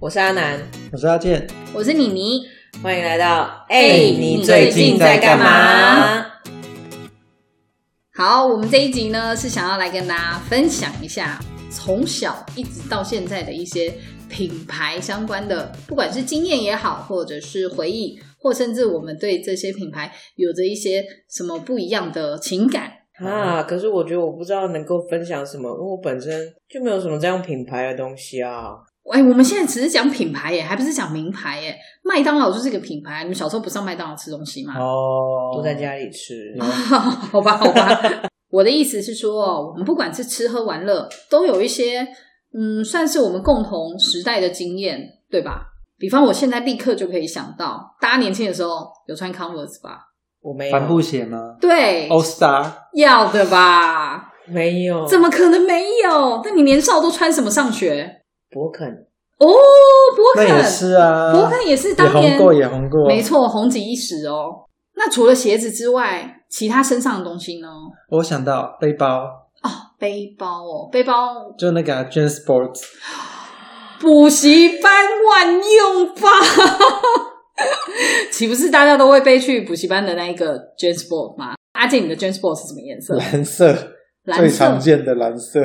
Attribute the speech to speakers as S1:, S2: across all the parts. S1: 我是阿南，
S2: 我是阿健，
S3: 我是妮妮，
S1: 欢迎来到。哎、
S3: 哎
S1: 你
S3: 你
S1: 最
S3: 最近
S1: 近在
S2: 在
S1: 干
S2: 干
S1: 嘛？
S3: 好，我们这一集呢是想要来跟大家分享一下从小一直到现在的一些品牌相关的，不管是经验也好，或者是回忆，或甚至我们对这些品牌有着一些什么不一样的情感。
S1: 啊，可是我觉得我不知道能够分享什么，因为我本身就没有什么这样品牌的东西啊。
S3: 哎，我们现在只是讲品牌耶，还不是讲名牌耶。麦当劳就是一个品牌，你们小时候不上麦当劳吃东西吗？
S2: 哦，
S1: 都在家里吃，
S3: 好吧，好吧。 我的意思是说，我们不管是吃喝玩乐，都有一些嗯，算是我们共同时代的经验，对吧？比方，我现在立刻就可以想到，大家年轻的时候有穿 Converse 吧？
S1: 我没有，
S2: 帆布鞋吗
S3: 对，
S2: ？All Star
S3: 要的吧？
S1: 没
S2: 哦
S1: 有，
S3: 怎么可能没有？那你年少都穿什么上学？
S1: 勃肯
S3: 哦，
S2: 那
S3: 勃
S2: 也
S3: 肯，
S2: 是啊，
S3: 勃肯也是
S2: 也
S3: 当
S2: 红
S3: 年
S2: 过，也红过，
S3: 没。错，红极一时哦。那除了鞋子之外，其他身上的东西呢？
S2: 我想到背包，
S3: 哦，背包哦，背包
S2: 就那个啊 Jen Sports，
S3: 补习班万用吧，岂不是大家都会背去补习班的那一个 j a n s b o r d 吗？阿健，你的 j a n s b o r d 是什么颜色？
S2: 蓝色，
S3: 蓝
S2: 最常
S3: 色。
S2: 见的蓝色。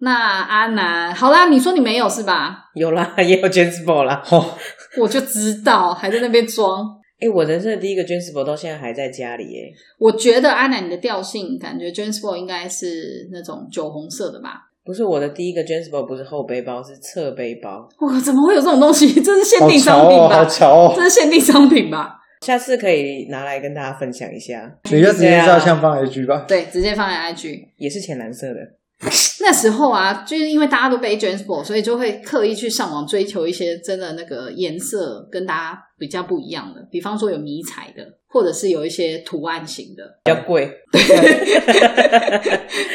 S3: 那阿南，好啦，你说你没有是吧？
S1: 有啦，也有 j a n s b o 啦。
S2: 哦，
S3: 我就知道，还在那边装。
S1: 哎、我人生的第一个 j a n s b o 到现在还在家里耶。
S3: 我觉得阿南你的调性，感觉 j a n s b o r d 应该是那种酒红色的吧？
S1: 不是我的第一个 j a n s b o 不是后背包，是侧背包。
S3: 哇，怎么会有这种东西？这是限
S2: 好
S3: 定商
S2: 潮
S3: 品
S2: 哦，
S3: 吧？
S2: 好潮哦
S3: 这！是限定商品吧？
S1: 下次可以拿来跟大家分享一下，
S2: 你就直接
S1: 对啊
S2: 照相放 IG 吧。
S3: 对，直接放在 IG。
S1: 也是浅蓝色的。
S3: 那时候啊，就是因为大家都背 j a n s b o 所以就会刻意去上网追求一些真的那个颜色跟大家比较不一样的，比方说有迷彩的，或者是有一些图案型的。
S1: 比较贵，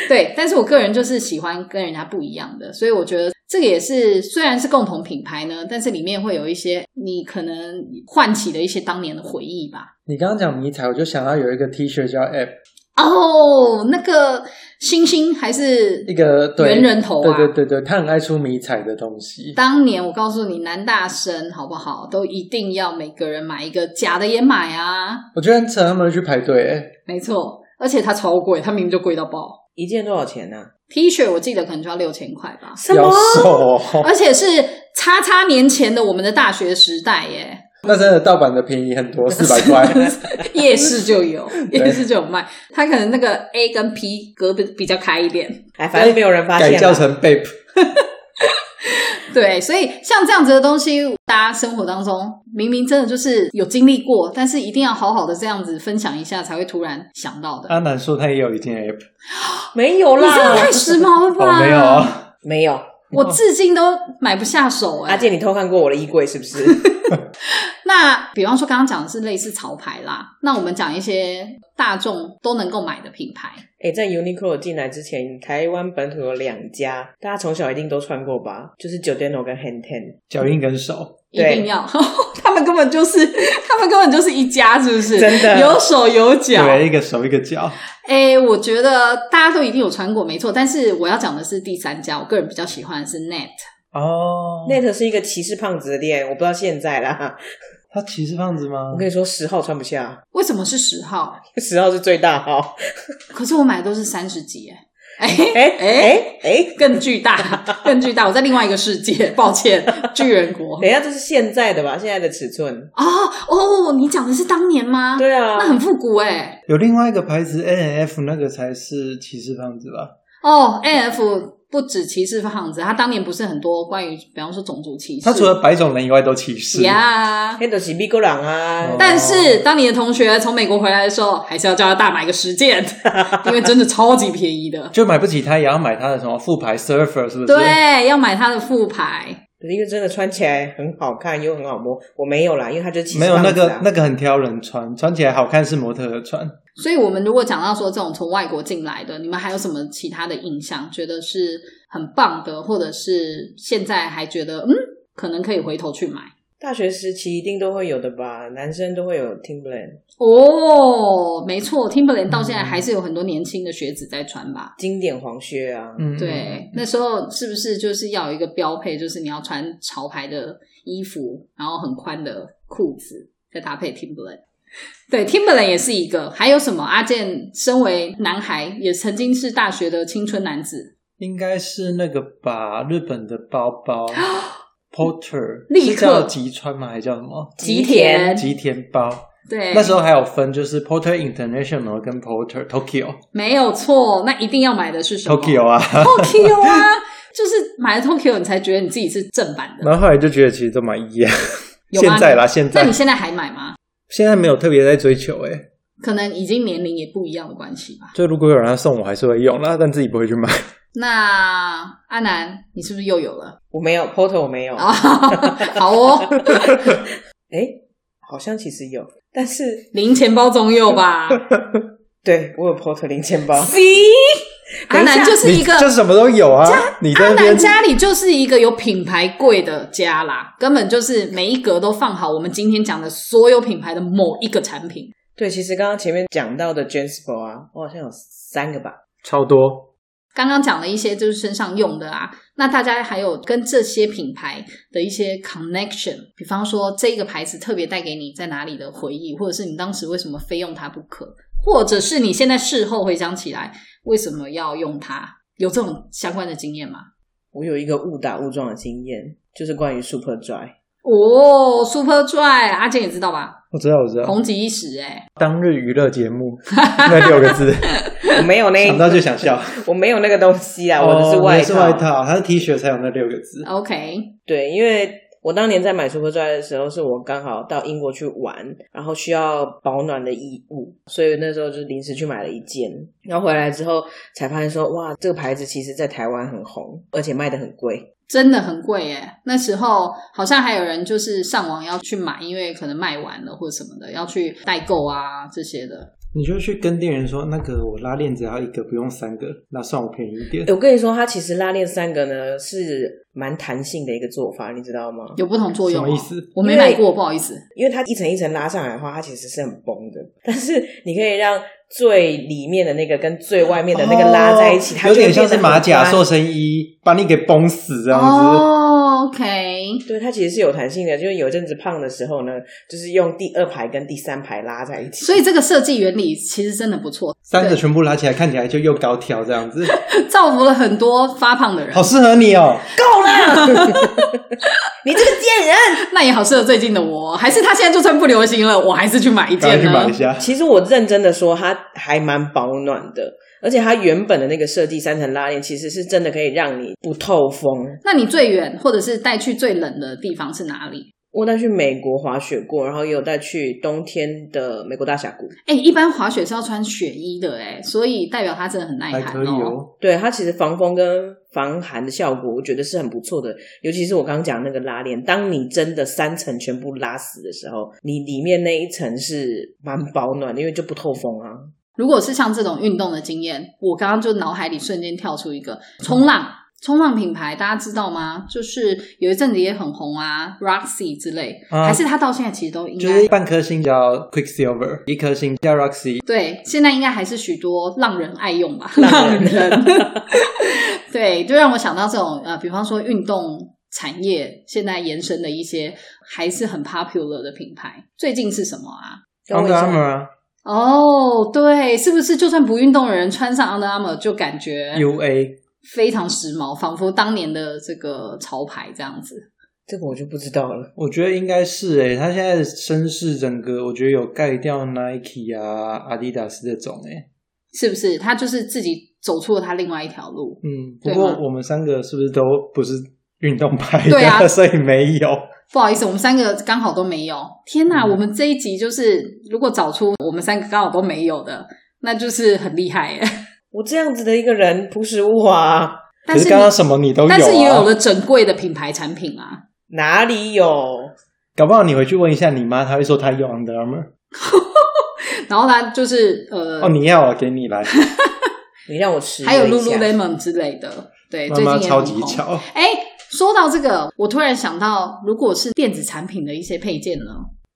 S3: 对，但是我个人就是喜欢跟人家不一样的，所以我觉得这个也是虽然是共同品牌呢，但是里面会有一些你可能唤起的一些当年的回忆吧。
S2: 你刚刚讲迷彩，我就想到有一个 T 恤叫 App，
S3: 哦，那个星星还是
S2: 一个对
S3: 圆人头啊
S2: 对对对对，他很爱出迷彩的东西。
S3: 当年我告诉你，南大生好不好，都一定要每个人买一个，假的也买啊，
S2: 我觉得很扯，他们去排队、欸，
S3: 没错，而且它超贵，它明明就贵到爆。
S1: 一件多少钱呢、啊？
S3: T 恤我记得可能就要六千块吧，
S1: 什
S2: 妖兽哦，
S3: 而且是叉叉年前的我们的大学时代耶，
S2: 那真的盗版的便宜很 多，四百块。
S3: 夜市就有，
S2: 对
S3: 夜市就有卖。它可能那个 A 跟 P 隔比比较开一点，
S1: 哎，反正没有人发现
S2: 改
S1: 啦。
S2: 叫成 Bape，
S3: 对，所以像这样子的东西，大家生活当中明明真的就是有经历过，但是一定要好好的这样子分享一下，才会突然想到的。
S2: 阿南说他也有一件 App，
S1: 没有
S3: 你真的
S1: 啦
S3: 太，时髦了吧？
S2: 哦，没有啊，
S1: 没有。
S3: 我至今都买不下手哎、
S1: 阿健，你偷看过我的衣柜是不 是？
S3: 那比方说刚刚讲的是类似潮牌啦，那我们讲一些大众都能够买的品牌。
S1: 哎、在 Uniqlo 进来之前，台湾本土有两家，大家从小一定都穿过吧？就是 Giordano 跟 Hand Ten。
S2: 脚印跟手，
S3: 一
S1: 对
S3: 定要， 他们根本就是，他们根本就是一家，是不是？
S1: 真的
S3: 有手有脚。
S2: 对，一个手一个脚，
S3: 哎、我觉得大家都一定有穿过，没错。但是我要讲的是第三家，我个人比较喜欢的是 Net。
S2: 哦，
S1: Net 是一个歧视胖子的店，我不知道现在啦。
S2: 嗯他歧视胖子吗
S1: 我？跟你说，十号穿不下，
S3: 为什么是十号？
S1: 十号是最大号。
S3: 可是我买的都是三十几、哎哎
S1: 哎哎哎，
S3: 更巨大，更巨大。我在另外一个世界，抱歉，巨人国。
S1: 等一下，这是现在的吧？现在的尺寸。
S3: 哦哦，你讲的是当年吗？、
S1: 对啊
S3: 那，很复古哎、
S2: 有另外一个牌子 N F，那个才是歧视胖子吧？
S3: 哦，N F 不止歧视胖子，他当年不是很多关于，比方说种族歧视，
S2: 他除了白种人以外都歧视。
S3: 呀。
S1: 那都是美国人啊
S2: 哦。
S3: 但是当你的同学从美国回来的时候，还是要叫他大买个十 件，因为真的超级便宜的。
S2: 就买不起他，也要买他的什么副牌 Surfer 是不是？
S3: 对，要买他的副牌。
S1: 可是因为真的穿起来很好看又很好摸，我没有啦，因为它就是骑士
S2: 没有
S1: 棒子
S2: 那
S1: 啊
S2: 个那个很挑人穿，穿起来好看是模特儿穿。
S3: 所以，我们如果讲到说这种从外国进来的，你们还有什么其他的印象？觉得是很棒的，或者是现在还觉得嗯，可能可以回头去买？
S1: 大学时期一定都会有的吧，男生都会有 Timberland。
S3: 哦，没错，Timberland 到
S2: 嗯
S3: 现在还是有很多年轻的学子在穿吧。
S1: 经典黄靴啊，
S2: 嗯，
S3: 对，那时候是不是就是要有一个标配，就是你要穿潮牌的衣服，然后很宽的裤子，再搭配 Timberland。对，Timberland 也是一个。还有什么？阿健身为男孩，也曾经是大学的青春男子，
S2: 应该是那个吧，日本的包包 Porter，
S3: 立
S2: 是
S3: 刻
S2: 叫吉川吗？还叫什么？
S3: 吉田。
S2: 吉田包。
S3: 对，
S2: 那时候还有分，就是 Porter International 跟 Porter Tokyo
S3: 没有错。那一定要买的是什么
S2: Tokyo 啊。
S3: Tokyo 啊，就是买了 Tokyo，你才觉得你自己是正版的。
S2: 然后后来就觉得其实都蛮一样。
S3: 有吗
S2: 现在啦，现
S3: 那
S2: 在
S3: 你现在还买吗？
S2: 现在没有特别在追求哎、欸
S3: 可能已经年龄也不一样的关系吧。
S2: 就如果有人要送我，还是会用啦，但自己不会去买。
S3: 那阿南，你是不是又有了？
S1: 我没有 Porter，我没
S2: 哦
S1: 有。
S3: 啊， 好 哦，
S1: 诶，好像其实有，但是
S3: 零钱包总有吧
S1: 对我有 Porter 零钱 包，
S3: ？C，阿南就是一
S2: 你
S3: 个，
S2: 就什么都有啊，你在
S3: 阿
S2: 那
S3: 南
S2: 边
S3: 家里就是一个有品牌柜的家啦，根本就是每一格都放好我们今天讲的所有品牌的某一个产品。
S1: 对，其实刚刚前面讲到的 Janspo 啊，我好像有三个吧，
S2: 超多。
S3: 刚刚讲了一些就是身上用的啊，那大家还有跟这些品牌的一些 connection，比方说这个牌子特别带给你在哪里的回忆，或者是你当时为什么非用它不可，或者是你现在事后回想起来为什么要用它，有这种相关的经验吗？
S1: 我有一个误打误撞的经验，就是关于 Super Dry。
S3: 哦，Super Dry，阿健也知道吧？
S2: 我知道，我知道，
S3: 红极一时哎、
S2: 当日娱乐节目那六个 字，
S1: 我没有那，
S2: 想到就想笑。
S1: 我没有那个东西啊，我的
S2: 哦
S1: 是
S2: 你
S1: 外
S2: 的
S1: 套。
S2: 是外套，它是 T 恤才有那六个字。
S3: o k
S1: 对，因为我当年在买 Super Dry 的时候，是我刚好到英国去玩，然后需要保暖的衣物，所以那时候就临时去买了一件。然后回来之后才发现说，哇，这个牌子其实在台湾很红，而且卖的很贵。
S3: 真的很贵耶、那时候好像还有人就是上网要去买，因为可能卖完了或者什么的，要去代购啊这些的。
S2: 你就去跟店员说，那个我拉链只要一个，不用三个，那算我便宜一点
S1: 诶。我跟你说，它其实拉链三个呢是蛮弹性的一个做法，你知道吗？
S3: 有不同作用、哦
S2: 什么意思？
S3: 我没买过，不好意思。
S1: 因为它一层一层拉上来的话，它其实是很崩的。但是你可以让最里面的那个跟最外面的那个拉在一起，
S2: 哦
S1: 它
S2: 有
S1: 就会
S2: 点像是
S1: 变得很
S2: 马甲
S1: 宽
S2: 瘦身衣，把你给绷死这样子。
S3: 哦，OK，
S1: 对，它其实是有弹性的，就是有一阵子胖的时候呢，就是用第二排跟第三排拉在一起。
S3: 所以这个设计原理其实真的不错，
S2: 三个全部拉起来，看起来就又高挑这样子，
S3: 造福了很多发胖的人
S2: 好。适合你哦。
S1: 够了，你这个贱人！
S3: 那也好适合最近的我，还是他现在就算不流行了，我还是去买一
S2: 赶快
S3: 件
S2: 去买
S3: 呢
S2: 一。下。
S1: 其实我认真的说，它还蛮保暖的，而且它原本的那个设计三层拉链，其实是真的可以让你不透风。
S3: 那你最远或者是带去最冷的地方是哪里？
S1: 我带去美国滑雪过，然后也有带去冬天的美国大峡谷。
S3: 哎、一般滑雪是要穿雪衣的、哎，所以代表它真的很耐
S2: 还
S3: 寒
S2: 可以哦，
S1: 对它其实防风跟防寒的效果，我觉得是很不错的。尤其是我刚刚讲那个拉链，当你真的三层全部拉死的时候，你里面那一层是蛮保暖的，因为就不透风啊。
S3: 如果是像这种运动的经验，我刚刚就脑海里瞬间跳出一个冲浪。冲浪品牌大家知道吗？就是有一阵子也很红啊，Roxy 之类，
S2: 啊
S3: 还是它到现在其实都应
S2: 就
S3: 该、
S2: 是半颗星叫 Quicksilver，一颗星叫 Roxy。
S3: 对，现在应该还是许多浪人爱用吧，
S1: 浪人
S3: 人。 对，就让我想到这种呃，比方说运动产业现在延伸的一些还是很 popular 的品牌，最近是什么啊？
S1: 跟我
S2: Under
S1: 一样
S2: Armour 啊
S3: 哦，对，是不是就算不运动的人穿上 Under Armour 就感觉
S2: ，UA
S3: 非常时髦，仿佛当年的这个潮牌这样子？
S1: 这个我就不知道了。
S2: 我觉得应该是诶、他现在身世整个，我觉得有盖掉 Nike 啊、Adidas 这种诶、
S3: 是不是？他就是自己走出了他另外一条路。
S2: 嗯，不
S3: 对
S2: 过
S3: 吗
S2: 我们三个是不是都不是运动派的，
S3: 对 啊
S2: 所以没有。
S3: 不好意思，我们三个刚好都没有。
S2: 嗯
S3: 天哪，我们这一集就是如果找出我们三个刚好都没有的，那就是很厉害耶。
S1: 我这样子的一个人，朴实无华、
S3: 但
S2: 可
S3: 是你
S2: 是刚刚什么你都有、啊，
S3: 但是也有了整柜的品牌产品啊。
S1: 哪里有？
S2: 搞不好你回去问一下你妈，她会说她有 Under Armour。
S3: 然后他就是呃，
S2: 哦，你要啊，给你来。
S3: 哎
S1: 你让我吃。
S3: 还有 Lululemon 之类的，对，
S2: 妈
S3: 最近
S2: 妈
S3: 也
S2: 超
S3: 很
S2: 级
S3: 红。
S2: 巧，
S3: 哎，说到这个，我突然想到，如果是电子产品的一些配件呢，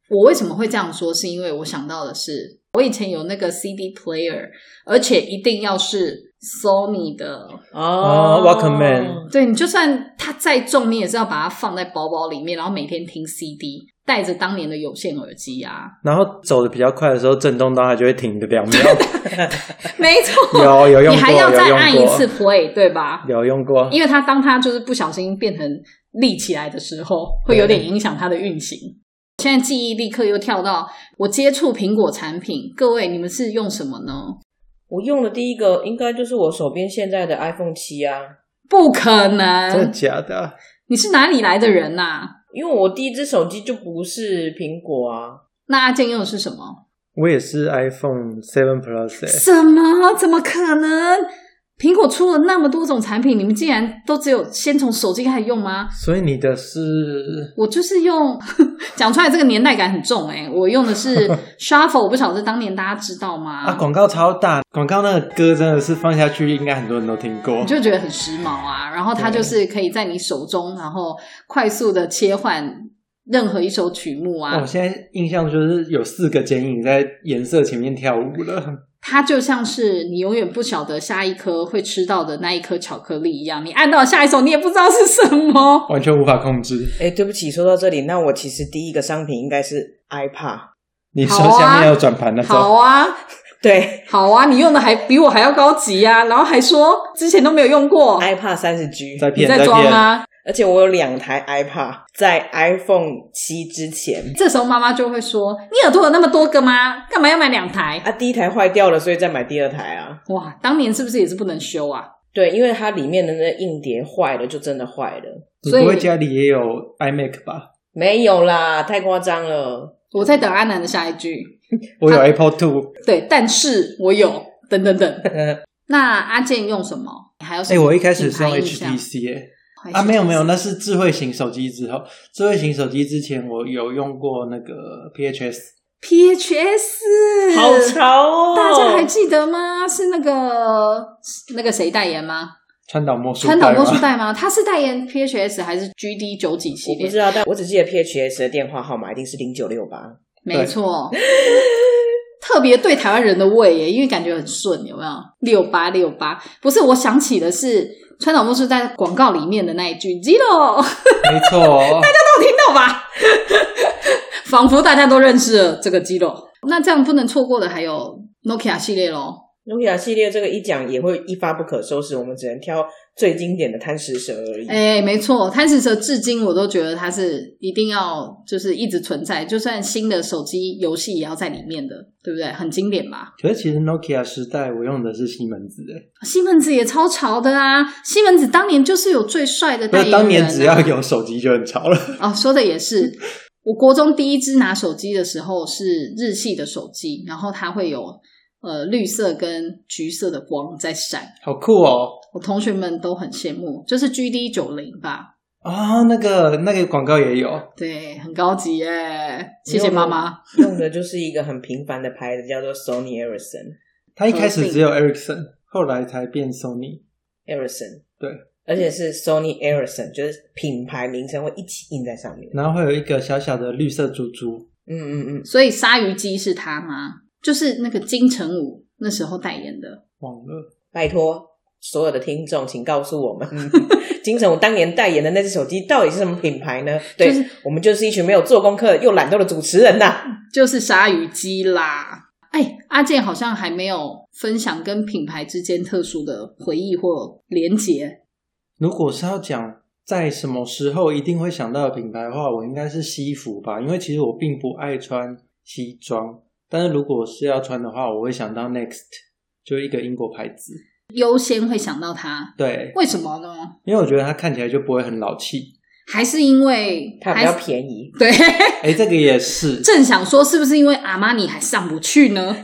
S3: 我为什么会这样说？是因为我想到的是，我以前有那个 CD player，而且一定要是 Sony 的。
S1: 哦
S2: 哦，Walkman
S3: 对你就算它再重，你也是要把它放在包包里面，然后每天听 CD，带着当年的有线耳机啊。
S2: 然后走的比较快的时候，震动到它就会停个两秒。
S3: 没错，
S2: 有有用过，
S3: 你还要再
S2: 有
S3: 按
S2: 用
S3: 一
S2: 过
S3: 次 play，对吧？
S2: 有用过，
S3: 因为它当它就是不小心变成立起来的时候，会有点影响它的运行。现在记忆立刻又跳到我接触苹果产品，各位你们是用什么呢？
S1: 我用的第一个应该就是我手边现在的 iPhone 七啊，
S3: 不可
S2: 真的
S3: 能！
S2: 假的？
S3: 你是哪里来的人呐、
S1: 因为我第一只手机就不是苹果啊，
S3: 那阿健用的是什么？
S2: 我也是 iPhone Seven Plus，、欸、
S3: 什么？怎么可能？苹果出了那么多种产品，你们竟然都只有先从手机开始用吗？
S2: 所以你的是
S3: 我就是用 讲出来，这个年代感很重哎、我用的是 Shuffle，我不晓得当年大家知道吗？
S2: 啊，广告超大，广告那个歌真的是放下去，应该很多人都听过
S3: 你。就觉得很时髦啊。然后它就是可以在你手中，然后快速的切换任何一首曲目
S2: 哇我
S3: 啊。
S2: 现在印象就是有四个剪影在颜色前面跳舞了，
S3: 它就像是你永远不晓得下一颗会吃到的那一颗巧克力一样，你按到下一首，你也不知道是什么。
S2: 完全无法控制。
S1: 哎，对不起，说到这里，那我其实第一个商品应该是 iPad，
S2: 你说
S3: 好啊
S2: 下面要转盘的时候，
S3: 好啊，
S1: 对
S3: 好啊，你用的还比我还要高级啊，然后还说之前都没有用过，
S1: ，iPad 三十 G，
S2: 再哎
S3: 你
S2: 骗
S3: 在
S2: 再
S3: 装
S2: 骗，
S3: 啊？
S1: 而且我有两台 iPad，在 iPhone 七之前
S3: 这时候妈妈就会说：“你耳朵有那么多个吗？干嘛要买两台
S1: 啊，第一台坏掉了，所以再买第二台啊。？”
S3: 哇，当年是不是也是不能修啊？
S1: 对，因为它里面的那硬碟坏了，就真的坏了。
S2: 你
S3: 所以
S2: 不会家里也有 iMac 吧？
S1: 没有啦，太夸张了。
S3: 我在等阿南的下一句。
S2: 我有 Apple Two，
S3: 对，但是我有等 等等。那阿健用什么？还有什
S2: 哎、
S3: 么？
S2: 我一开始是用
S3: 品牌印象
S2: HTC 哎、
S3: 还是
S2: 啊，没有没有，那是智慧型手机之后，智慧型手机之前我有用过那个 PHS，
S3: PHS，
S1: 好潮哦！
S3: 大家还记得吗？是那个那个谁代言吗？
S2: 川岛茉树
S3: 川岛
S2: 代吗
S3: 茉树代吗？他是代言 PHS 还是 GD 九几系
S1: 我不
S3: 列
S1: 知？道，但我只记得 PHS 的电话号码一定是零九六八。
S3: 没错，特别对台湾人的胃耶，因为感觉很顺，有没有？六八六八，不是，我想起的是川岛茉树在广告里面的那一句 “zero”，
S2: 没错，哦
S3: 听到吧？ 仿佛大家都认识了这个肌肉。那这样不能错过的还有 Nokia 系列喽。
S1: Nokia 系列这个一讲也会一发不可收拾，我们只能挑最经典的贪食蛇而已。
S3: 哎，没错，贪食蛇至今我都觉得它是一定要就是一直存在，就算新的手机游戏也要在里面的，对不对？很经典吧？
S2: 可是其实 Nokia 时代我用的是西门子哎、
S3: 西门子也超潮的啊！西门子当年就是有最帅的
S2: 哎不是
S3: 代言人啊、
S2: 当年只要有手机就很潮了，
S3: 哦，说的也是。我国中第一支拿手机的时候是日系的手机，然后它会有呃绿色跟橘色的光在闪，
S2: 好酷哦！
S3: 我同学们都很羡慕，就是 G D 九零吧？
S2: 啊、那个那个广告也有，
S3: 对，很高级耶！谢谢
S1: 没有
S3: 妈妈。
S1: 用的就是一个很平凡的牌子，叫做 Sony Ericsson。
S2: 它一开始只有 Ericsson，后来才变 Sony。
S1: Ericsson
S2: 对，
S1: 而且是 Sony Ericsson，就是品牌名称会一起印在上面。
S2: 然后会有一个小小的绿色珠珠，
S1: 嗯嗯嗯，
S3: 所以鲨鱼机是他吗？就是那个金城武那时候代言的。
S2: 忘了。
S1: 拜托所有的听众，请告诉我们， 金城武当年代言的那只手机到底是什么品牌呢？对、
S3: 就是嗯
S1: 我们就是一群没有做功课又懒惰的主持人呐。
S3: 就是鲨鱼机啦。哎，阿健好像还没有分享跟品牌之间特殊的回忆或连结。
S2: 如果是要讲在什么时候一定会想到的品牌的话，我应该是西服吧，因为其实我并不爱穿西装，但是如果是要穿的话，我会想到 Next，就一个英国牌子。
S3: 优先会想到它，
S2: 对，
S3: 为什么呢？
S2: 因为我觉得它看起来就不会很老气。
S3: 还是因为
S1: 它比
S3: 还
S1: 较
S3: 是
S1: 便 宜，
S3: 对，
S2: 哎，这个也是，
S3: 正想说是不是因为阿玛尼还上不去呢？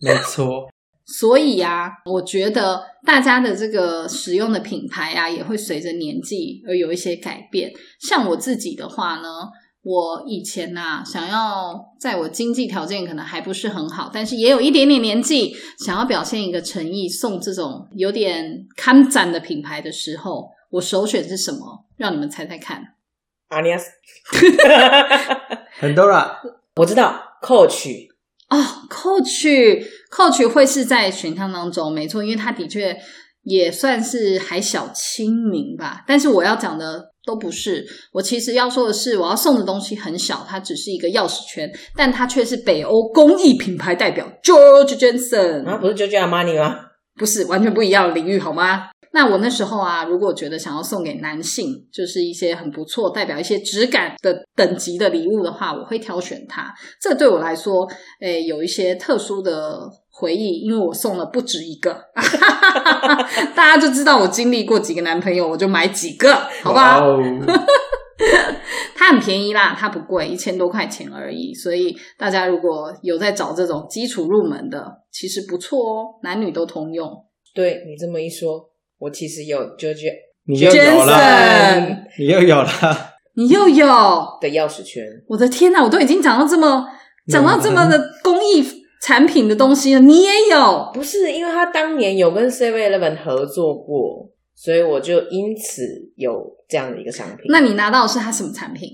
S2: 没错。
S3: 所以啊，我觉得大家的这个使用的品牌啊，也会随着年纪而有一些改变。像我自己的话呢，我以前呐、想要在我经济条件可能还不是很好，但是也有一点点年纪，想要表现一个诚意，送这种有点看展的品牌的时候，我首选是什么？让你们猜猜看。
S1: 阿尼亚斯，
S2: 很多啦，
S1: 我知道 Coach
S3: 哦，Coach，Coach 会是在选项当中，没错，因为他的确也算是还小亲民吧。但是我要讲的都不是，我其实要说的是，我要送的东西很小，它只是一个钥匙圈，但它却是北欧工艺品牌代表 George Jensen。
S1: 啊，不是 Giorgio Armani 吗？
S3: 不是完全不一样的领域，好吗？那我那时候啊，如果觉得想要送给男性，就是一些很不错、代表一些质感的等级的礼物的话，我会挑选它。这对我来说，诶，有一些特殊的回忆，因为我送了不止一个， 大家就知道我经历过几个男朋友，我就买几个，好不
S2: 哇
S3: 好？
S2: 哦，
S3: 它很便宜啦，它不贵，一千多块钱而已。所以大家如果有在找这种基础入门的，其实不错哦，男女都通用。
S1: 对你这么一说，我其实有 Giorgio
S2: 你又有啦，
S3: Jensen
S2: 你又有啦，
S3: 你又有，
S1: 的钥匙圈，
S3: 我的天哪！我都已经讲到这么讲到这么的工艺产品的东西了，你也有
S1: 不是因为他当年有跟 Seven Eleven 合作过，所以我就因此有这样的一个商品。
S3: 那你拿到的是它什么产品？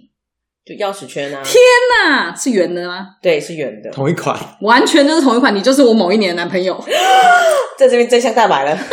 S1: 就钥匙圈啊，
S3: 天哪，是圆的吗？
S1: 对，是圆的，
S2: 同一款，
S3: 完全就是同一款，你就是我某一年的男朋友。
S1: 在这边真相大白了。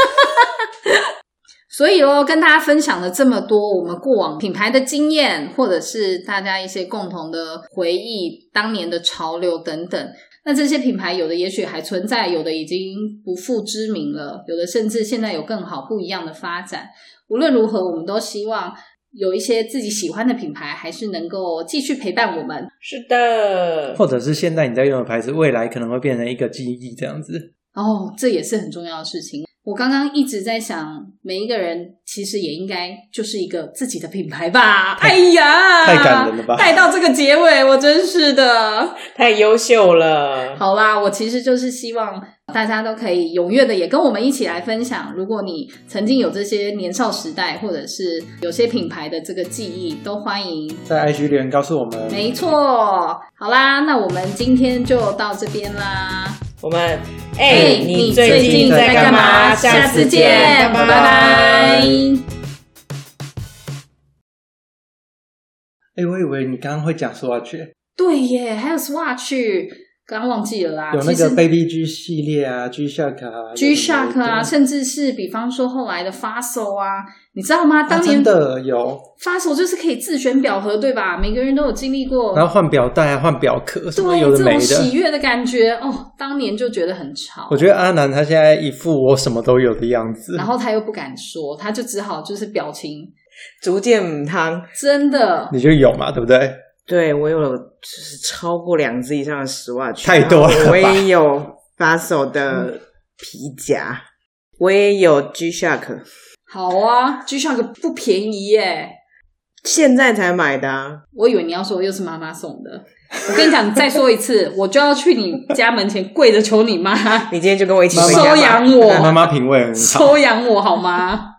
S3: 所以咯，跟大家分享了这么多我们过往品牌的经验，或者是大家一些共同的回忆、当年的潮流等等。那这些品牌有的也许还存在，有的已经不复知名了，有的甚至现在有更好不一样的发展。无论如何，我们都希望有一些自己喜欢的品牌，还是能够继续陪伴我们。
S1: 是的，
S2: 或者是现在你在用的牌子，未来可能会变成一个记忆这样子。
S3: 哦，这也是很重要的事情。我刚刚一直在想，每一个人其实也应该就是一个自己的品牌吧。哎呀，
S2: 太感人了吧
S3: 带到这个结尾，我真是的。
S1: 太优秀了。
S3: 好啦，我其实就是希望大家都可以踊跃的，也跟我们一起来分享。如果你曾经有这些年少时代，或者是有些品牌的这个记忆，都欢迎。
S2: 在 IG 留言告诉我们，
S3: 没错，好啦，那我们今天就到这边啦。
S1: 我们哎、
S3: 哎，
S1: 你
S3: 你
S1: 最
S3: 最
S1: 近
S3: 近
S1: 在
S3: 在
S1: 干
S3: 干
S1: 嘛？
S3: 嘛？
S1: 下
S3: 下
S1: 次
S3: 次
S1: 见
S3: 见，，
S1: 拜
S3: 拜拜。
S2: 哎、我以为你刚刚会讲 Swatch，
S3: 对耶，还有 Swatch，刚刚忘记了啦。
S2: 有那
S3: 啊其实
S2: 个 Baby G 系列啊，G Shock 啊
S3: G Shock 啊，
S2: 有什么的
S3: 甚至是比方说后来的 Faso 啊，你知道吗？当
S2: 啊真
S3: 年哦
S2: 的有，
S3: Faso 就是可以自选表盒，对吧？每个人都有经历过。
S2: 然后换表带啊，换表壳，什么
S3: 对
S2: 有的
S3: 这
S2: 没
S3: 种喜
S2: 的。
S3: 悦的感觉哦，当年就觉得很潮。
S2: 我觉得阿南他现在一副我什么都有的样子
S3: 然，后他又不敢说，他就只好就是表情，
S1: 逐渐母汤，
S3: 真的
S2: 你就有嘛，对不对？
S1: 对我有了就是超过两只以上的丝袜裙，
S2: 太多了吧
S1: 然后我也有 Faso 的皮夹，我也有 G Shock，
S3: 好啊。G Shock 不便宜耶，
S1: 现在才买的、啊。
S3: 我以为你要说又是妈妈送的。我跟你讲，你再说一次，我就要去你家门前跪着求你妈。
S1: 你今天就跟我一起回家吧
S3: 收养
S2: 妈
S3: 我，
S2: 妈品味很好，
S3: 收养我好吗？